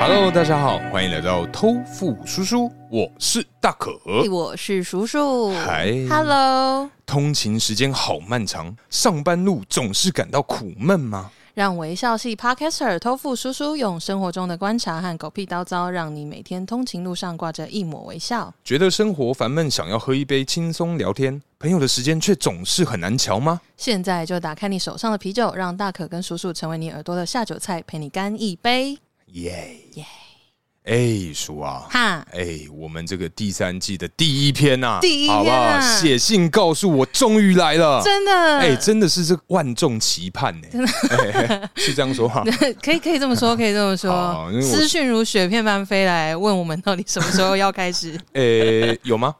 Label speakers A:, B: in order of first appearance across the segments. A: Hello，大家好，欢迎来到偷富叔叔，我是大可。
B: 哎我是叔叔。
A: 哦嗨
B: Hello，
A: 通勤时间好漫长，上班路总是感到苦闷吗？
B: 让微笑系 Podcaster 偷富叔叔用生活中的观察和狗屁叨叨，让你每天通勤路上挂着一抹微笑。
A: 觉得生活烦闷，想要喝一杯轻松聊天，朋友的时间却总是很难瞧吗？
B: 现在就打开你手上的啤酒，让大可跟叔叔成为你耳朵的下酒菜，陪你干一杯。
A: 耶
B: 耶！
A: 哎，叔啊，
B: 哈，
A: 哎，我们这个第三季的第一篇呐、啊，
B: 第一篇啊
A: 好不好？写信告诉我，终于来了。
B: 真的，
A: 哎、真的是这万众期盼呢、哎是这样说 话。
B: 可以可以这么说，可以这么
A: 好
B: 说
A: 因为。我
B: 资讯如雪片般飞来，问我们到底什么时候要 开始？
A: 哎、有吗？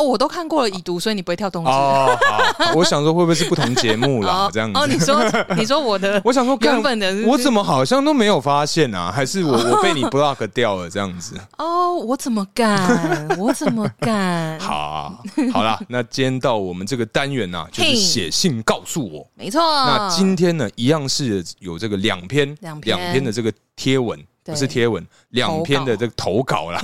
B: 哦，我都看过了已读，所以你不会跳动字。
A: 哦，好， 我想说会不会是不同节目啦？这样子。，
B: 哦，你说你说我 的
A: 我想说，干
B: 原本的是不是
A: 我怎么好像都没有发现啊？还是我我被你 block 掉了这样子？
B: 哦，我怎么敢？我怎么敢？
A: 好啊，好啦，那今天到我们这个单元啊，就是
B: 嘿
A: 写信告诉我。
B: 没错。
A: 那今天呢，一样是有这个两篇
B: 两篇
A: 的这个贴文，
B: 对
A: 不是贴文，两篇的这个投稿啦。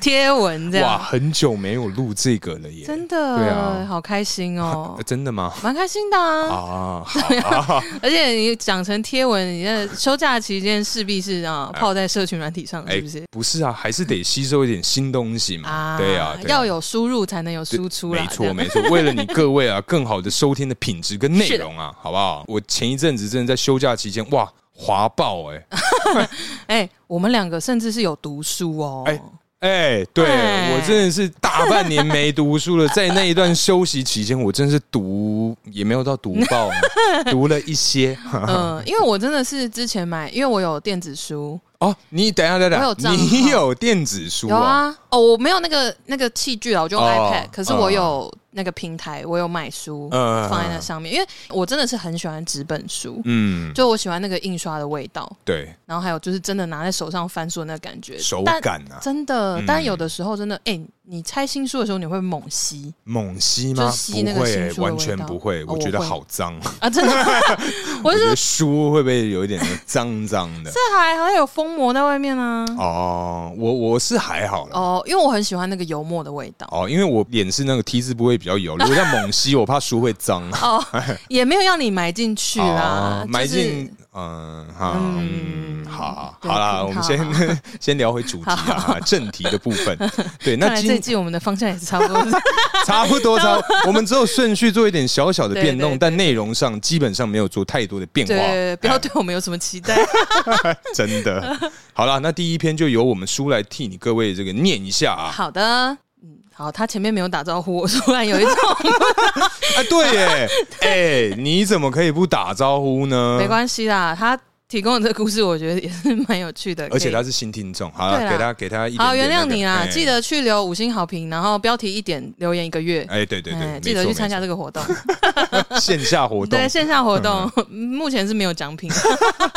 B: 贴文这
A: 哇，
B: 样，
A: 很久没有录这个了耶，
B: 啊真的，
A: 对啊
B: 好开心哦
A: 呃，真的吗？
B: 蛮开心的啊！
A: 啊，好啊，
B: 而且你讲成贴文，你在休假期间势必是啊
A: 哎
B: 泡在社群软体上，是不是？
A: 不是啊，还是得吸收一点新东西嘛。对啊，对啊
B: 要有输入才能有输出啦，
A: 没
B: 这
A: 错
B: 样
A: 没错，为了你各位啊，更好的收听的品质跟内容啊，好不好？我前一阵子真的在休假期间，哇，滑爆哎、
B: 哎，我们两个甚至是有读书哦，
A: 哎哎、对
B: 哎
A: 我真的是大半年没读书了，在那一段休息期间，我真是读也没有到读 爆，读了一些
B: 嗯，因为我真的是之前买，因为我有电子书，
A: 哦。你等一下等一
B: 我有
A: 下，
B: 账号
A: 你有电子书
B: 有
A: 啊？
B: 啊，哦，我没有那个那个器具啊，我就用
A: 哦
B: iPad，、可是我
A: 嗯
B: 有那个平台，我有买书、
A: 嗯
B: 放在那上面，因为我真的是很喜欢纸本书，
A: 嗯，
B: 就我喜欢那个印刷的味道，
A: 对，
B: 然后还有就是真的拿在手上翻书的那个感觉，
A: 手
B: 但
A: 感啊，
B: 真的
A: 嗯，
B: 但有的时候真的，哎、你拆新书的时候你会猛吸
A: 猛吸吗？
B: 就吸那
A: 不
B: 个
A: 会、
B: 新书的
A: 完全
B: 味道
A: 不会，
B: 哦
A: 我觉
B: 我
A: 得
B: 会
A: 好脏。
B: 啊，真的，我
A: 我觉
B: 就觉得
A: 得书会不会有一点脏脏的？
B: 这还好像有封膜在外面呢、啊。
A: 哦，我我是还好啦。
B: 哦，因为我很喜欢那个油墨的味道，
A: 哦，因为我脸是那个 T 字部位比较油，如果要猛 吸，我怕书会脏。啊
B: 哦，也没有让你埋进去啦，
A: 哦
B: 就是
A: 埋进嗯好嗯
B: 嗯
A: 好
B: 对
A: 好啦，
B: 挺
A: 我们
B: 好
A: 先 先聊回主题啊，正题的部 分。对，
B: 看
A: 那
B: 来这一
A: 今
B: 季我们的方向也是差不多。
A: 差不多 差不多，我们只有顺序做一点小小的
B: 对
A: 变
B: 对
A: 动，
B: 对
A: 但内容上基本上没有做太多的变化。
B: 对，不要
A: 哎
B: 对我们有什么期待。
A: 真 的。好啦，那第一篇就由我们书来替你各位这个念一下 啊。
B: 好的，嗯，好，他前面没有打招呼，我突然有一种
A: 啊，对耶，哎、你怎么可以不打招呼呢？
B: 没关系啦。他提供的这个故事，我觉得也是蛮有趣的，
A: 而且
B: 可以
A: 他是新听众，好了，
B: 对
A: 给
B: 啦
A: 他给他一点
B: 好原
A: 点那
B: 谅
A: 个
B: 你啦，
A: 哎
B: 记得去留五星好评，然后标题一点留言一个月。
A: 哎、对对对，没
B: 记得
A: 错
B: 去参加
A: 没
B: 这个活动，
A: 错线下活动。嗯
B: 对
A: 哎、
B: 线下活动， 目前是没有奖品，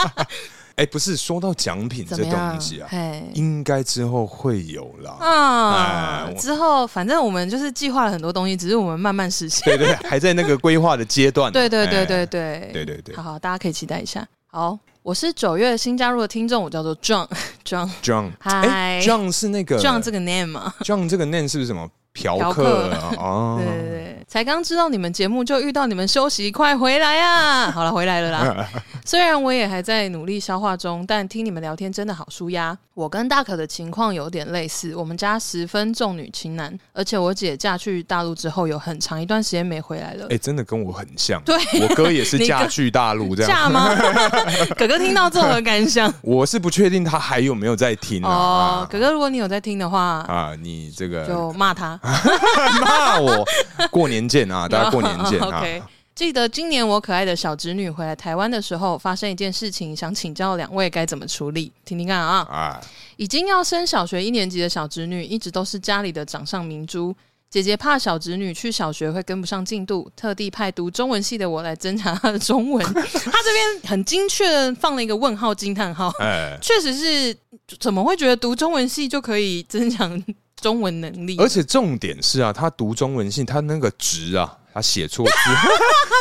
A: 哎不是说到奖品
B: 怎
A: 这
B: 么样
A: 东西？啊，
B: 嘿，
A: 应该之后会有 啦。
B: 啊
A: 哎，我
B: 之后反正我们就是计划了很多东西，只是我们慢慢实现。
A: 对对，还在那个规划的阶段啊、
B: 对对对
A: 哎
B: 对对
A: 对对对
B: 好好，大家可以期待一下。好，我是九月新加入的听众，我叫做 John John
A: ，John，哎
B: 嗨
A: ，John 是那个
B: John 这
A: 个
B: 个 name 啊嘛，
A: John 这个 name 是不是什么嫖
B: 嫖
A: 客
B: 客
A: 啊？哦
B: 对，对 对，才刚知道你们节目就遇到你们，休息快回来啊！好了，回来了啦。虽然我也还在努力消化中，但听你们聊天真的好舒压。我跟大可的情况有点类似，我们家十分重女轻男，而且我姐嫁去大陆之后，有很长一段时间没回来了。
A: 哎、真的跟我很像。
B: 对，
A: 我哥也是
B: 你哥
A: 嫁去大陆这样。
B: 嫁 吗？ 哥哥听到作何感想？
A: 我是不确定他还有没有在 听
B: 哦
A: 啊，。
B: 哥哥，如果你有在听的话，
A: 啊啊，你这个
B: 就骂他。
A: 骂我，过年见 啊，大家过年见啊。
B: 哦 OK 记得今年我可爱的小侄女回来台湾的时候，发生一件事情，想请教两位该怎么处理，听听看啊。
A: 啊，
B: 已经要升小学一年级的小侄女，一直都是家里的掌上明珠。姐姐怕小侄女去小学会跟不上进度，特地派读中文系的我来侦查她的 中文。她这边很精确的放了一个问号惊叹号，
A: 哎，
B: 确实是怎么会觉得读中文系就可以增强中文能力？
A: 而且重点是啊，他读中文系，他那个职啊，他写错 字，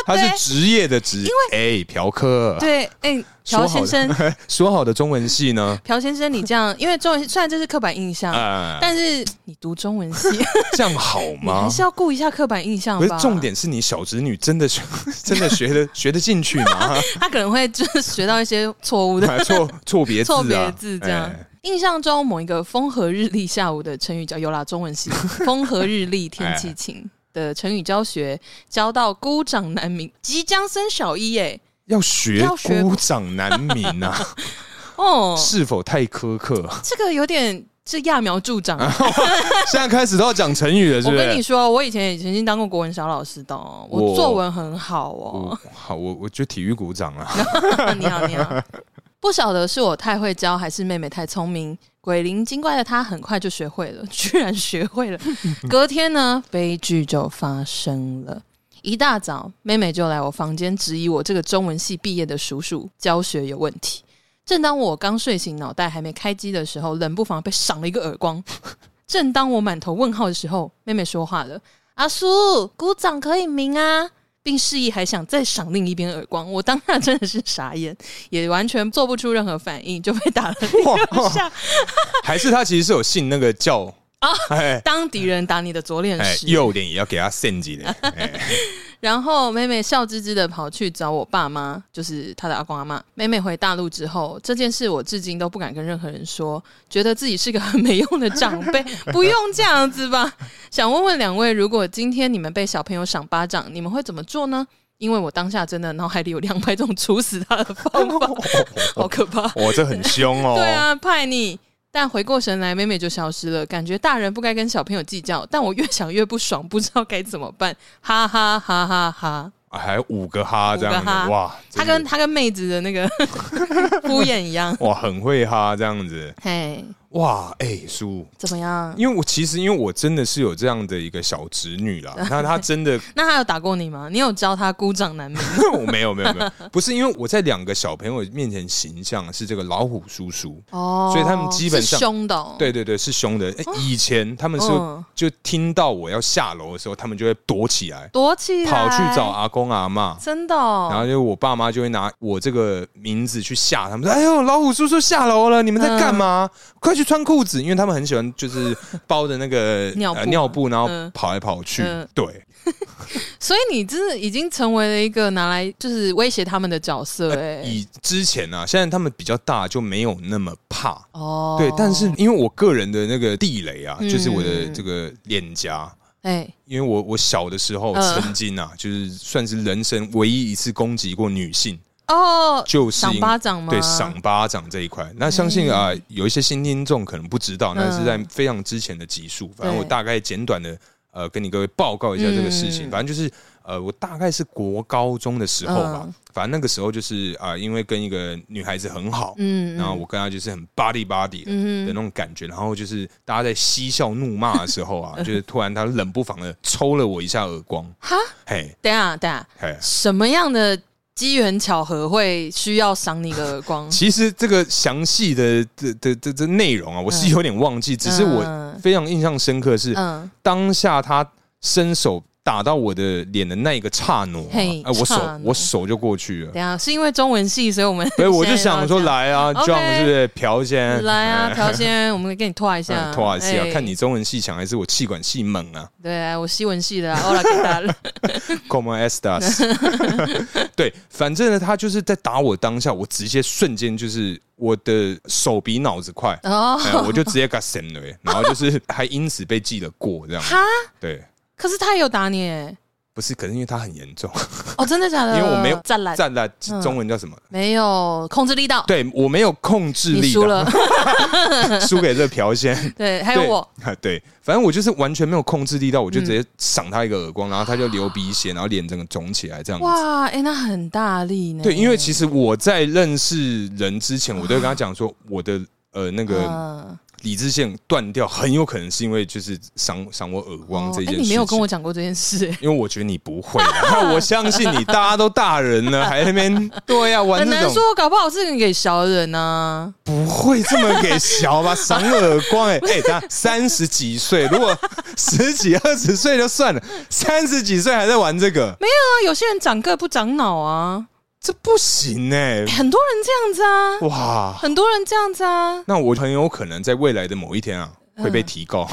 A: 他是职业的职。哎，嫖客，
B: 对，哎、
A: 说好
B: 朴先
A: 的
B: 生，
A: 说好的中文系呢？
B: 朴先生，你这样，因为中文虽然这是刻板印象，
A: 哎，
B: 但是你读中文 系，
A: 这样好
B: 啊你还
A: 吗？
B: 是要顾一下刻板印象
A: 不
B: 吧。
A: 是重，点是你小侄女真的学 真的学的学得进去 吗？
B: 他可能会就是学到一些错误的
A: 错错 别字啊，
B: 错别字这样。
A: 哎
B: 印象中某一个风和日丽下午的成语叫有啦，中文系 风和日丽天气晴的成语教学，教到孤掌难鸣，即将升小一耶。
A: 要学
B: 要学
A: 孤掌难鸣啊，
B: 哦，
A: 是否太苛刻？
B: 这个有点是揠苗助长。啊
A: 现在开始都要讲成语了，是
B: 我
A: 不
B: 跟你
A: 是？
B: 说，我以前也曾经当过国文小老师的、哦，
A: 我
B: 我作文很好哦。
A: 我好，我我就体育鼓掌啊，
B: 你好，你好。不晓得是我太会教，还是妹妹太聪明。鬼灵精怪的她很快就学会了， 居然学会了。隔天呢，悲剧就发生了。一大早，妹妹就来我房间质疑我这个中文系毕业的叔叔教学有问题。正当我刚睡醒，脑袋还没开机的时候，冷不防被赏了一个耳光。正当我满头问号的时候，妹妹说话了：“阿叔，鼓掌可以鸣啊！”并示意还想再赏另一边耳光。我当下真的是傻眼，也完全做不出任何反应，就被打了 一个下。
A: 还是他其实是有信那个教啊
B: 啊？
A: 哎
B: 当敌人打你的左脸
A: 哎，
B: 时，
A: 右脸也要给他献祭的，哎
B: 然后妹妹笑滋滋的跑去找我爸妈，就是她的阿公阿妈。妹妹回大陆之后，这件事我至今都不敢跟任何人说，觉得自己是个很没用的长辈。不用这样子吧？想问问两位，如果今天你们被小朋友赏巴掌，你们会怎么做呢？因为我当下真的脑海里有两百种处死他的方法，好可怕。
A: 哦，这很凶哦。
B: 对啊，派你。但回过神来，妹妹就消失了。感觉大人不该跟小朋友计较，但我越想越不爽，不知道该怎么办。哈哈哈哈哈！
A: 啊，还有五个哈这样
B: 五
A: 子，
B: 个哈
A: 哇，
B: 他
A: 真的
B: 跟他跟妹子的那个 敷衍一样。
A: 哇很会哈这样子，
B: 嘿，
A: 哇，哎叔。
B: 怎么样？
A: 因为我其实，因为我真的是有这样的一个小侄女 啦，那她真的
B: 那他有打过你吗？你有教他孤掌难鸣？
A: 我没有没有没有，不是因为我在两个小朋友面前形象是这个老虎叔叔，
B: 哦
A: 所以他们基本上
B: 是凶的、哦。
A: 对对对，是凶的。诶以前他们是
B: 嗯
A: 就听到我要下楼的时候，他们就会躲起来，
B: 躲起来，
A: 跑去找，阿公阿妈。
B: 真的、啊哦。
A: 然后就我爸妈就会拿我这个名字去吓他们，说：“哎呦，老虎叔叔下楼了，你们在干嘛？
B: 嗯
A: 快去穿裤子！”因为他们很喜欢就是包着那个呃
B: 尿布
A: 尿布，然后
B: 嗯
A: 跑来跑去。
B: 嗯
A: 对，
B: 所以你真的已经成为了一个拿来就是威胁他们的角色、哎、
A: 呃以之前啊，现在他们比较大，就没有那么怕。
B: 哦，
A: 对，但是因为我个人的那个地雷啊，
B: 嗯
A: 就是我的这个脸颊。
B: 哎、
A: 因为我我小的时候
B: 嗯
A: 曾经啊，就是算是人生唯一一次攻击过女性，
B: 哦，
A: 就是因
B: 赏巴掌吗？嗯
A: 对赏巴掌这一块。那相信啊、有一些新听众可能不知道，那是在非常之前的集数。反正我
B: 对
A: 大概简短的呃跟你各位报告一下这个事情。
B: 嗯
A: 反正就是呃，我大概是国高中的时候吧，
B: 嗯
A: 反正那个时候就是啊、因为跟一个女孩子很好，
B: 嗯，嗯
A: 然后我跟她就是很 body body 的。的那
B: 嗯
A: 种感觉，然后就是大家在嬉笑怒骂的时候 啊，就是突然她冷不防的抽了我一下耳光，
B: 哈，
A: 嘿，
B: 等一下等一下，
A: 嘿，？
B: 什么样的机缘巧合会需要赏你个耳光
A: 其实这个详细的的的的的内容啊，我是有点忘记，只是我
B: 嗯
A: 非常印象深刻是
B: 嗯
A: 当下他伸手打到我的脸的那一个刹那啊，
B: 嘿
A: 哎，我
B: 刹
A: 手
B: 那
A: 我手就过去了
B: 等。一下是因为中文系，所以我们
A: 所以我就
B: 现在
A: 想
B: 要
A: 说，
B: 这样
A: 来啊
B: OK
A: ，John 是不是嫖先？
B: 来啊，朴先，我们给你拖一下，
A: 嗯，拖一下，
B: 哎
A: 看你。中文系强还是我气管系猛啊
B: 对啊，我西文系的啊，欧拉给他 了。
A: ？Como estas？对， 反正呢，他就是在打我当下，我直接瞬间就是我的手比脑子快，哎
B: 哦，
A: 我就直接给他闪了，欸然后 就是还因此被记了过这样。
B: 哈，
A: 对，
B: 可是他也有打你哎，
A: 不是，可是因为他很严重，
B: 哦，真的假
A: 因
B: 的？
A: 为我没有
B: 再来，
A: 站在
B: 嗯
A: 中文叫什么？
B: 没有控制力道，
A: 对我没有控制
B: 你
A: 力，
B: 输了，。
A: 输给这个朴先。
B: 对， 还有我，嗯
A: 啊，对，反正我就是完全没有控制力道，我就直接赏他一个耳光，然后他就流鼻血，然后脸整个肿起来这样子。
B: 哇，哎，那很大力呢。
A: 对，因为其实我在认识人之前，我都会跟他讲说，我的呃那个
B: 啊嗯
A: 理智线断掉，很有可能是因为就是赏赏我耳光
B: 哦
A: 这
B: 哎
A: 件事情。
B: 你没有跟我讲过这件事，哎
A: 因为我觉得你不会 啦，那我相信你，大家都大人 了，还在那边对呀、玩
B: 很
A: 那
B: 难
A: 种
B: 说，搞不好是给小人啊呢。
A: 不会这么给小吧？赏耳光哎、 哎，他三十几岁，如果 十几二十岁就算了，三十几岁还在玩这个，
B: 啊，有些人长个不长脑啊，
A: 这不行哎、
B: 很多人这样子啊，
A: 哇！
B: 很多人这样子啊。
A: 那我很有可能在未来的某一天啊，会被提 高，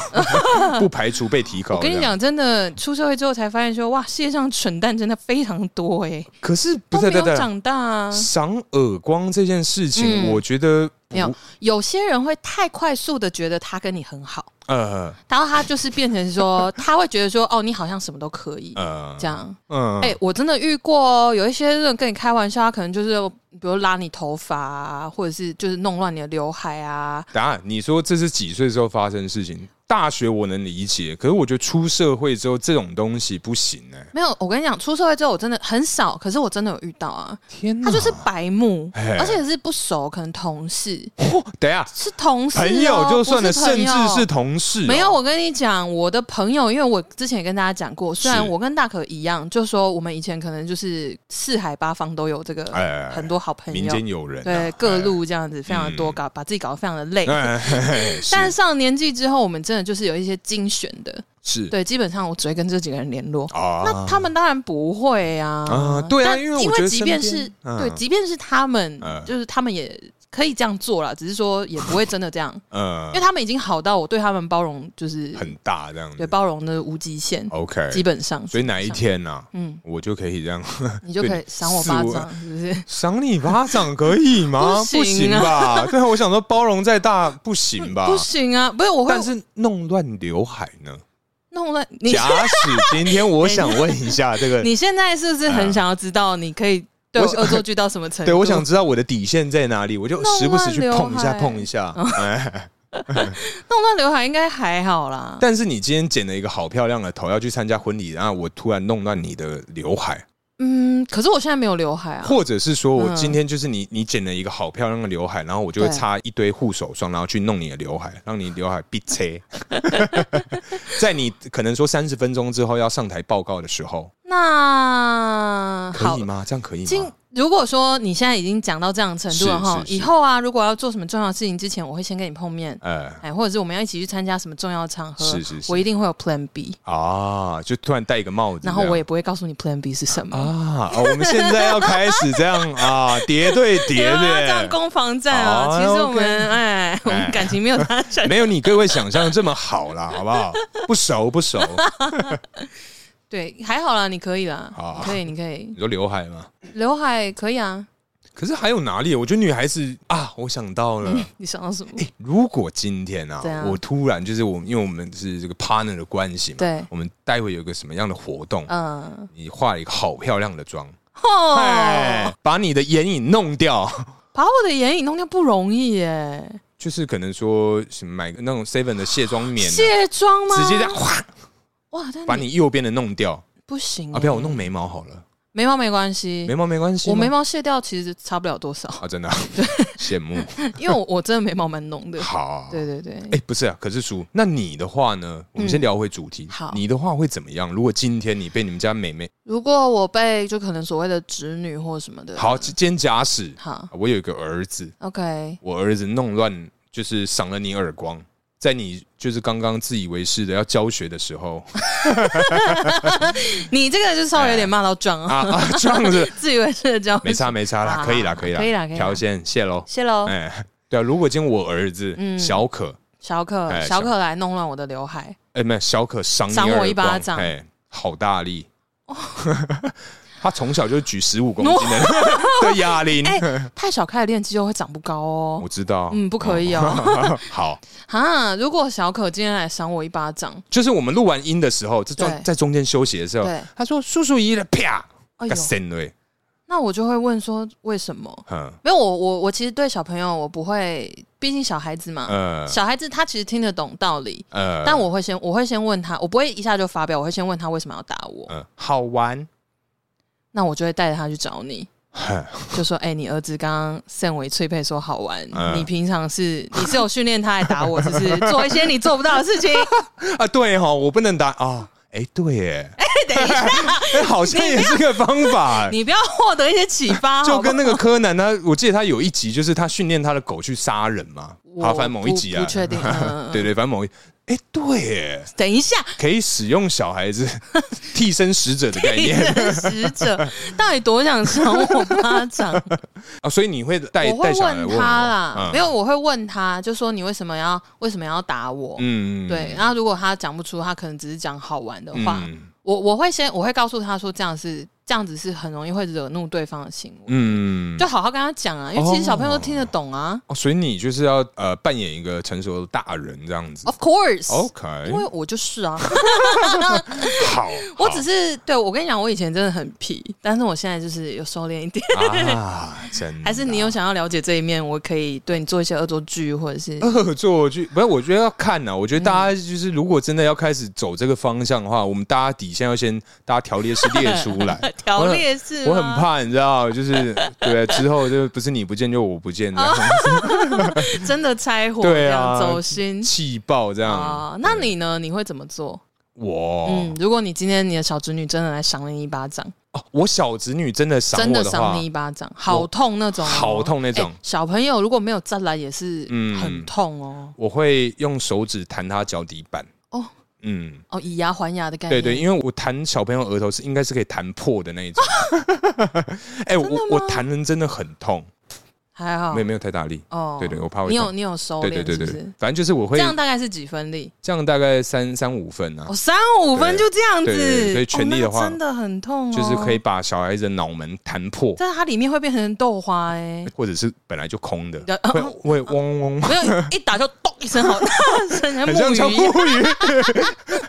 A: 不排除被提高。
B: 嗯我跟你
A: 这样，
B: 讲，真的，出社会之后才发现说，哇，世界上蠢蛋真的非常多哎、
A: 可是不
B: 都
A: 对对
B: 没
A: 嗯
B: 有
A: 对，
B: 长大啊。
A: 赏耳光这件事情，
B: 嗯
A: 我觉得
B: 没有，有些人会太快速的觉得他跟你很好，
A: 呃
B: 然后他就是变成 说，他会觉得说，哦，你好像什么都可以
A: 呃
B: 这样。
A: 嗯
B: 哎、我真的遇过哦，有一些人跟你开玩笑，他可能就是比如拉你头发啊，或者是就是弄乱你的刘海啊，
A: 答案，你说这是几岁之后发生的事情？大学我能理解，可是我觉得出社会之后这种东西不行哎、
B: 没有，我跟你讲，出社会之后我真的很少，可是我真的有遇到啊，
A: 天哪！
B: 他就是白目，
A: 哎
B: 而且是不熟，可能同事
A: 哦等一下，
B: 是同事、哦、
A: 朋友就算了，
B: 不是朋
A: 甚
B: 友
A: 至是同事、哦
B: 没有，，我跟你讲，我的朋友，因为我之前也跟大家讲过，虽然
A: 是
B: 我跟大可一样，就说我们以前可能就是四海八方都有这个
A: 哎哎哎
B: 很多好朋
A: 民
B: 友，
A: 间有人、啊，
B: 对各路这样子非常的多
A: 嗯
B: 搞，把自己搞得非常的累。
A: 哎，哎哎哎是
B: 但上年纪之后，我们真的就是有一些精选的，
A: 是
B: 对，基本上我只会跟这几个人联络。
A: 啊
B: 那他们当然不会啊，
A: 啊对啊
B: 但
A: 因
B: 因
A: 为我觉得
B: 即便
A: 身边
B: 是
A: 嗯
B: 对，即便是他们
A: 嗯，
B: 就是他们也可以这样做啦，只是说也不会真的这样，
A: 呃
B: 因为他们已经好到我对他们包容就是
A: 很大这样子
B: 对包容的无极限，
A: ，OK，
B: 基本上。
A: 所以哪一天呢、啊？
B: 嗯，
A: 我就可以这样
B: 你就可以赏我巴掌， 是不是？
A: 赏你巴掌可以吗？
B: 不行啊
A: 吧？ 对啊，我想说包容再大不行吧？
B: 不行啊，不是我会
A: 但是弄乱刘海呢？
B: 弄乱你。
A: 假使今天我想问一下这个，
B: 你现在是不是很想要知道你可以对我
A: 我想
B: 恶作剧到什么程度？
A: 对我想知道我的底线在哪里，我就时不时去碰一
B: 弄
A: 下
B: 乱刘海哦
A: 碰一下。哎，
B: 弄乱刘海应该还好啦。
A: 但是你今天剪了一个好漂亮的头，要去参加婚礼，然后我突然弄乱你的刘海，
B: 嗯，可是我现在没有刘海啊。
A: 或者是说我
B: 嗯
A: 今天就是你，你剪了一个好漂亮的刘海，然后我就会
B: 对
A: 擦一堆护手霜，然后去弄你的刘海，让你刘海必 切。在你可能说三十分钟之后要上台报告的时候，
B: 那
A: 可
B: 好
A: 以，吗？这样可以
B: 今
A: 吗？
B: 如果说你现在已经讲到这样的程度了
A: 是
B: 哈，
A: 是是
B: 以后啊，如果要做什么重要的事情之前，我会先跟你碰面，
A: 呃。
B: 哎，或者是我们要一起去参加什么重要的场合，
A: 是是是
B: 我一定会有 Plan B，
A: 啊，就突然戴一个帽子这
B: 然
A: 样，
B: 后我也不会告诉你 Plan B 是什么。
A: 啊、哦，我们现在要开始这样 啊，叠对叠
B: 啊，这样
A: 的，
B: 攻防战啊！
A: 好
B: 其实我
A: OK
B: 们哎，我们感情没有他 想。
A: 没有你各位想象这么好啦，好不好？不熟不 熟，
B: 对，还好啦，你可以啦
A: 好，
B: 可以，你可以
A: 你，说刘海吗？
B: 刘海可以啊。
A: 可是还有哪里？我觉得女孩子啊，我想到了。
B: 你想到什么？
A: 诶如果今天啊
B: 嗯怎，样
A: 我突然就是我，因为我们是这个 partner 的关系嘛，
B: 对
A: 我们待会有个什么样的活动，
B: 嗯，
A: 你化了一个好漂亮的妆，
B: 哦
A: 哎，， 把你的眼影弄掉，
B: 把我的眼影弄掉不容易耶。
A: 就是可能说什么买个那种 seven 的卸妆棉、啊，
B: 卸妆吗？
A: 直接这样哗，
B: 哇！但
A: 把你右边的弄掉
B: 不行
A: 啊！不要，我弄眉毛好了。
B: 眉毛没关系
A: 眉，毛没关系吗，
B: 我眉毛卸掉其实差不了 多少，
A: 啊，真 的啊羡慕。
B: 因为我我真的眉毛蛮浓的。
A: 好，
B: 对对对，
A: 哎，不是啊，可是叔，那你的话呢？我们先聊回主题。
B: 嗯好
A: 你的话会怎么样？如果今天你被你们家妹妹，
B: 如果我被就可能所谓的侄女或什么的，
A: 好，今天假使啊
B: 好
A: 我有一个儿子，
B: ，OK，
A: 我儿子弄乱，就是赏了你耳光，在你就是刚刚自以为是的要教学的时 候
B: 你这个就稍微有点骂到撞
A: 啊
B: 啊，
A: 啊，这样子
B: 自以为是的教，
A: 没差，没差啦，
B: 啊
A: 可以啦可以啦
B: 可以啦可以啦
A: 条件谢喽。
B: 谢喽，
A: 哎，对啊，如果今天我儿子
B: 嗯
A: 小可，
B: 小可
A: 哎，
B: 小可来弄乱我的刘海，
A: 哎，没有小可赏你
B: 赏我
A: 耳
B: 一巴
A: 光
B: 掌哦
A: 哎，好大力。 他从小就举十五公斤的 的哑铃，
B: 哎太小开始练肌肉会长不高
A: 我
B: 哦。
A: 知道，
B: 嗯，不可以
A: 哦。
B: 哦。
A: 好，
B: 哈，如果小可今天来赏我一巴掌，
A: 就是我们录完音的时候，这
B: 对
A: 中在中间休息的时候
B: 对，
A: 他说：“叔叔姨了，啪，给
B: 哎呦，
A: 扇了。
B: 那我就会问说为什么？”
A: 嗯，
B: 没有，我我我其实对小朋友我不会，毕竟小孩子嘛，
A: 呃
B: 小孩子他其实听得懂道理，
A: 呃
B: 但我会先我会先问他，我不会一下就发表，我会先问他为什么要打我，
A: 嗯好玩，
B: 那我就会带着他去找你，
A: 哼
B: 就说：“哎、你儿子刚刚扇我一脆配，说好玩。
A: 嗯
B: 你平常是你是有训练他来打我，是不是做一些你做不到的 事情？
A: 啊，对哈，我不能打啊，哎，对耶，
B: 等一下，
A: 哎， 好像也是个方法。欸
B: 你不要获得一些启发，
A: 就跟那
B: 好
A: 个柯南，他我记得他有一集就是他训练他的狗去杀人嘛，
B: 不好
A: 好，反正某一集啊
B: 我不 不，确定。嗯
A: 对，对，反正某一，哎，对耶，
B: 等一下，
A: 可以使用小孩子 替身使者的概
B: 你
A: 念
B: 的使 者到底多想赏我巴掌？
A: 啊，所以你会带
B: 我会
A: 带小孩
B: 问他啦
A: 我，嗯
B: 没有，我会问他，就说你为什么要为什么要打我？
A: 嗯
B: 对，然后如果他讲不出，他可能只是讲好玩的话，
A: 嗯
B: 我我会先我会告诉他说，这样是这样子是很容易会惹怒对方的行为，
A: 嗯
B: 就好好跟他讲啊，因为其实小朋友都听得懂啊、
A: 哦，所以你就是要呃扮演一个成熟的大人这样子
B: o。f course，、
A: OK，
B: 因为我就 是啊，
A: 好，
B: 我只
A: 是
B: 是对我跟你讲，我以前真的很皮，但是我现在就是有收敛一点。
A: 啊，真的
B: 还是你有想要了解这一面，我可以对你做一些恶作剧，或者是。
A: 恶作剧？不是，我觉得要看呐、我觉得大家就是，如果真的要开始走这个方向的话，我们大家底线要先，大家条列式列出来
B: 条列式
A: 我很，我很
B: 吗
A: 怕，你知道，就是 对之后就不是你不见就我不见这样，
B: 哦真 的拆伙，
A: 对
B: 这样
A: 啊
B: 走 心
A: 气爆这样。
B: 啊。那你呢？你会怎么做？
A: 我、
B: 嗯，如果你今天你的小侄女真的来赏你一巴掌，
A: 哦我小侄女真的赏
B: 真
A: 我
B: 的
A: 的
B: 赏
A: 话
B: 你，一巴掌，好痛那种哦，
A: 好痛那种
B: 哎小朋友如果没有再来，也是
A: 嗯
B: 很痛哦。
A: 我会用手指弹她脚底板。
B: 哦
A: 哦，嗯。
B: 哦，以牙还牙的概
A: 对
B: 念。
A: 对，因为我弹小朋友额头是应该是可以弹破的那 一种。哎、我我弹人真的很痛，
B: 还好
A: 没有没有太大力。
B: 哦。
A: 对对，我怕会
B: 你有
A: 痛
B: 你哦有收
A: 对对
B: 敛，
A: 对
B: 是不
A: 对，
B: 是
A: 对？反正就是我
B: 这
A: 会
B: 样大概是几分力？
A: 这样大概三三五分啊
B: 哦，，三五分就这样
A: 对对
B: 子。
A: 对所以全力的话
B: 哦那真的很痛哦，
A: 就是可以。把小孩子的脑门弹破，
B: 但是它里面会变成豆花哎，
A: 或者是本来就空的，
B: 呃哦
A: 会会嗡嗡嗡，
B: 没有一打就咚一 声，好大声，像
A: 很像
B: 木
A: 像
B: 鱼一样
A: 木。鱼。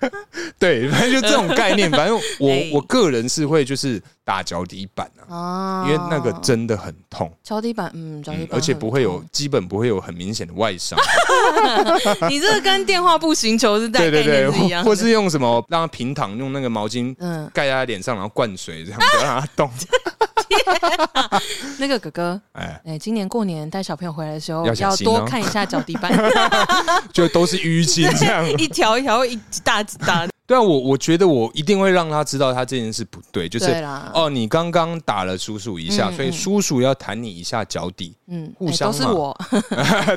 A: 对，反正就这种概念。反正
B: 哎
A: 我我个人是会就是打脚底板啊，
B: 啊
A: 因为那个真的很痛。
B: 脚底板，嗯，脚底
A: 嗯
B: 板、，
A: 而且不会有，，基本不会有很明显的外伤，
B: 你这个跟电话不寻求是
A: 对
B: 在概
A: 对
B: 念
A: 对，
B: 是一样
A: 或
B: 的，
A: 或是用什么让他平躺，用那个毛巾
B: 嗯，
A: 盖在他脸上，然后灌水这样子让他 动，
B: 那个哥哥，
A: 哎，
B: 哎、今年过年带小朋友回来的时候，
A: 要小
B: 要
A: 心
B: 多
A: 哦
B: 看一下脚底 板，
A: 就都是淤青这 样。
B: 一条一条一大几大，
A: 对啊，我我觉得我一定会让他知道他这件事不对， 就是
B: 对啦
A: 哦，你刚刚打了叔叔一下，
B: 啊嗯
A: 所以
B: 嗯
A: 叔叔要弹你一下脚底，
B: 嗯，
A: 互
B: 哎
A: 相
B: 都是
A: 嘛
B: 我，